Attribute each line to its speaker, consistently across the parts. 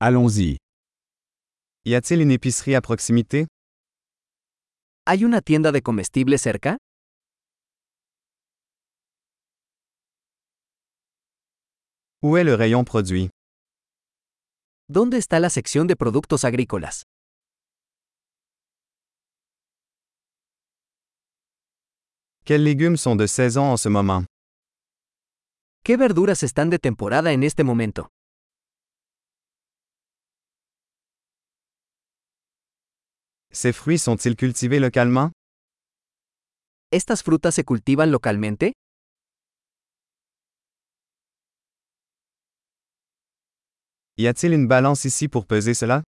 Speaker 1: Allons-y.
Speaker 2: Y a-t-il une épicerie à proximité?
Speaker 3: ¿Hay una tienda de comestibles cerca?
Speaker 2: Où est le rayon produit?
Speaker 3: ¿Dónde está la sección de productos agrícolas?
Speaker 2: Quels légumes sont de saison en ce moment?
Speaker 3: ¿Qué verduras están de temporada en este momento?
Speaker 2: Ces fruits sont-ils cultivés localement?
Speaker 3: ¿Estas frutas se cultivan localmente?
Speaker 2: Y a-t-il une balance ici pour peser cela?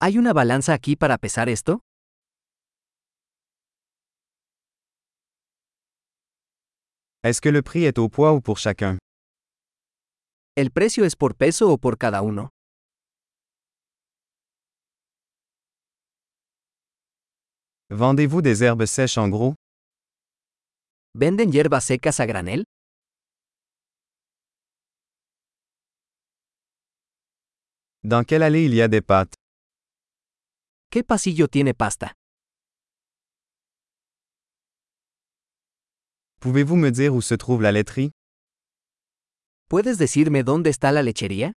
Speaker 3: ¿Hay una balanza aquí para pesar esto?
Speaker 2: Est-ce que le prix est au poids ou pour chacun?
Speaker 3: ¿El precio es por peso o por cada uno?
Speaker 2: Vendez-vous des herbes sèches en gros?
Speaker 3: ¿Venden hierbas secas a granel?
Speaker 2: Dans quelle allée il y a des pâtes?
Speaker 3: ¿Qué pasillo tiene pasta?
Speaker 2: Pouvez-vous me dire où se trouve la laiterie?
Speaker 3: ¿Puedes decirme dónde está la lechería?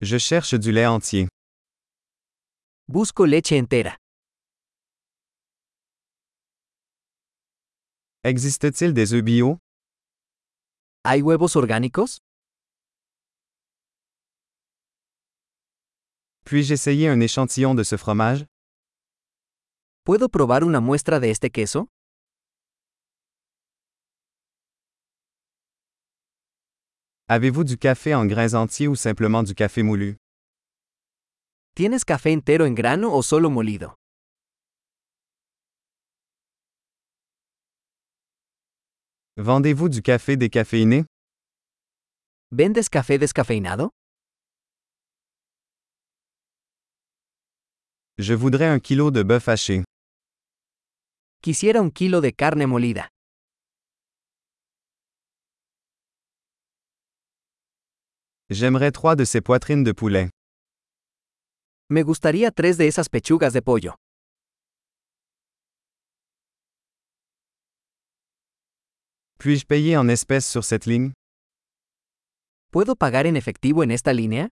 Speaker 2: Je cherche du lait entier.
Speaker 3: Busco leche entera.
Speaker 2: Existe-t-il des œufs bio?
Speaker 3: ¿Hay huevos orgánicos?
Speaker 2: Puis-je essayer un échantillon de ce fromage?
Speaker 3: ¿Puedo probar una muestra de este queso?
Speaker 2: Avez-vous du café en grains entiers ou simplement du café moulu?
Speaker 3: ¿Tienes café entero en grano o solo molido?
Speaker 2: Vendez-vous du café décaféiné?
Speaker 3: ¿Vendes café descafeinado?
Speaker 2: Je voudrais un kilo de bœuf haché.
Speaker 3: Quisiera un kilo de carne molida.
Speaker 2: J'aimerais trois de ces poitrines de poulet.
Speaker 3: Me gustaría tres de esas pechugas de pollo.
Speaker 2: Puis-je payer en espèces sur cette ligne?
Speaker 3: ¿Puedo pagar en efectivo en esta línea?